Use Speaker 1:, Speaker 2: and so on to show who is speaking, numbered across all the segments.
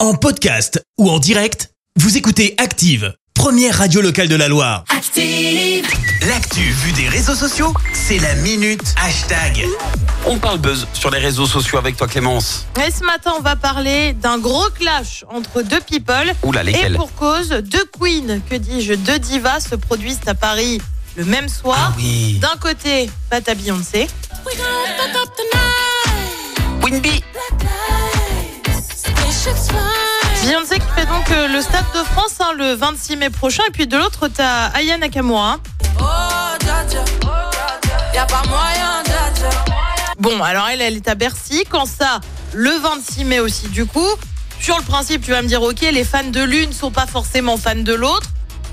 Speaker 1: En podcast ou en direct, vous écoutez Active, première radio locale de la Loire.
Speaker 2: Active,
Speaker 3: L'actu vue des réseaux sociaux, c'est la minute hashtag. On parle buzz sur les réseaux sociaux avec toi Clémence.
Speaker 4: Et ce matin, on va parler d'un gros clash entre deux people.
Speaker 3: Oula,
Speaker 4: Et
Speaker 3: lesquels
Speaker 4: pour cause, deux queens, que dis-je, deux divas se produisent à Paris le même
Speaker 1: Ah
Speaker 4: soir.
Speaker 3: oui.
Speaker 4: D'un côté, Pata Beyoncé.
Speaker 2: we gonna fuck up the night.
Speaker 3: Winby.
Speaker 2: Black lights, spaceships fly.
Speaker 4: Beyoncé qui fait donc euh, le Stade de France hein, le 26 mai prochain. Et puis de l'autre, t'as Aya Nakamura.
Speaker 2: Oh, Dja Dja, y'a pas moyen, Dja Dja.
Speaker 4: Bon, alors elle, elle est à Bercy. Quand ça, le 26 mai aussi, du coup. Sur le principe, tu vas me dire, ok, les fans de l'une sont pas forcément fans de l'autre.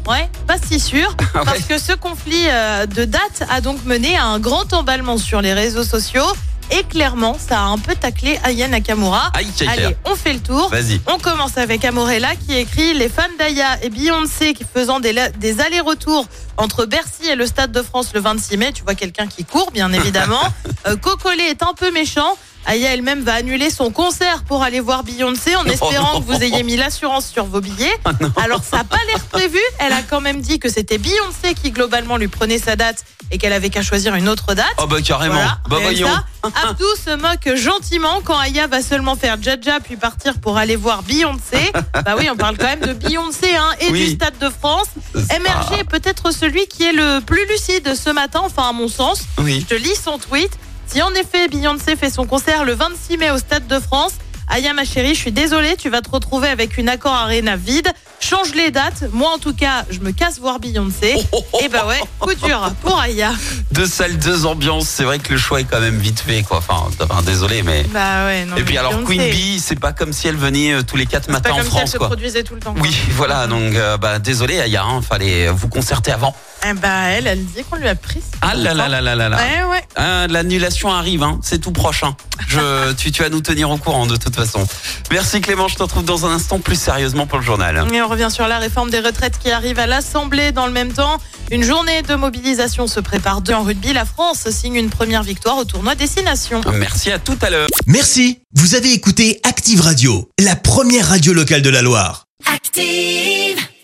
Speaker 4: Ouais, pas si sûr.
Speaker 3: Ah ouais.
Speaker 4: Parce que ce conflit euh, de date a donc mené à un grand emballement sur les réseaux sociaux. Et clairement, ça a un peu taclé Aya Nakamura.
Speaker 3: Aïe, aïe, aïe.
Speaker 4: Allez, on fait le tour.
Speaker 3: Vas-y.
Speaker 4: On commence avec Amorella qui écrit Les fans d'Aya et Beyoncé qui faisant des, la- des allers-retours entre Bercy et le Stade de France le 26 mai. Tu vois quelqu'un qui court, bien évidemment. Euh, Cocolé est un peu méchant. Aya elle-même va annuler son concert pour aller voir Beyoncé en
Speaker 3: Non.
Speaker 4: espérant que vous ayez mis l'assurance sur vos billets. Alors ça n'a pas l'air prévu. Elle a quand même dit que c'était Beyoncé qui globalement lui prenait sa date et qu'elle avait qu'à choisir une autre date.
Speaker 3: Oh bah carrément.
Speaker 4: Voilà, rien
Speaker 3: bah
Speaker 4: que
Speaker 3: voyons.
Speaker 4: ça. Abdou se moque gentiment quand Aya va seulement faire Jaja puis partir pour aller voir Beyoncé. bah oui, on parle quand même de Beyoncé hein, et
Speaker 3: Oui.
Speaker 4: du Stade de France. MRG est peut-être celui qui est le plus lucide ce matin, enfin à mon sens.
Speaker 3: Ah, Oui.
Speaker 4: Je te lis son tweet. Si en effet Beyoncé fait son concert le 26 mai au Stade de France, Aya ma chérie, je suis désolée, tu vas te retrouver avec une accord arena vide. Change les dates. Moi en tout cas, je me casse voir Beyoncé. Et bah ouais, coup dur pour Aya.
Speaker 3: Deux salles, deux ambiances. C'est vrai que le choix est quand même vite fait quoi. Enfin, enfin, désolé mais.
Speaker 4: Bah ouais, non.
Speaker 3: Et puis
Speaker 4: mais
Speaker 3: alors
Speaker 4: Beyoncé.
Speaker 3: Queen Bee, c'est pas comme si elle venait euh, tous les quatre
Speaker 4: C'est pas
Speaker 3: matins en
Speaker 4: comme si elle
Speaker 3: France
Speaker 4: se
Speaker 3: quoi.
Speaker 4: produisait tout le temps. quoi.
Speaker 3: Oui, voilà. Donc euh, bah désolé Aya, hein, fallait vous concerter avant.
Speaker 4: Eh bah, elle, elle dit qu'on lui a pris. ce
Speaker 3: Ah là
Speaker 4: temps.
Speaker 3: là là là là là.
Speaker 4: Ouais, ouais.
Speaker 3: Ah, L'annulation arrive, hein. c'est tout proche. hein. Je, tu, tu vas nous tenir au courant de toute façon. Merci Clément, je te retrouve dans un instant plus sérieusement pour le journal.
Speaker 4: Et on revient sur la réforme des retraites qui arrive à l'Assemblée dans le même temps. Une journée de mobilisation se prépare. En rugby, la France signe une première victoire au tournoi Destination.
Speaker 3: Merci à tout à l'heure.
Speaker 1: Merci, vous avez écouté Active Radio, la première radio locale de la Loire.
Speaker 2: Active.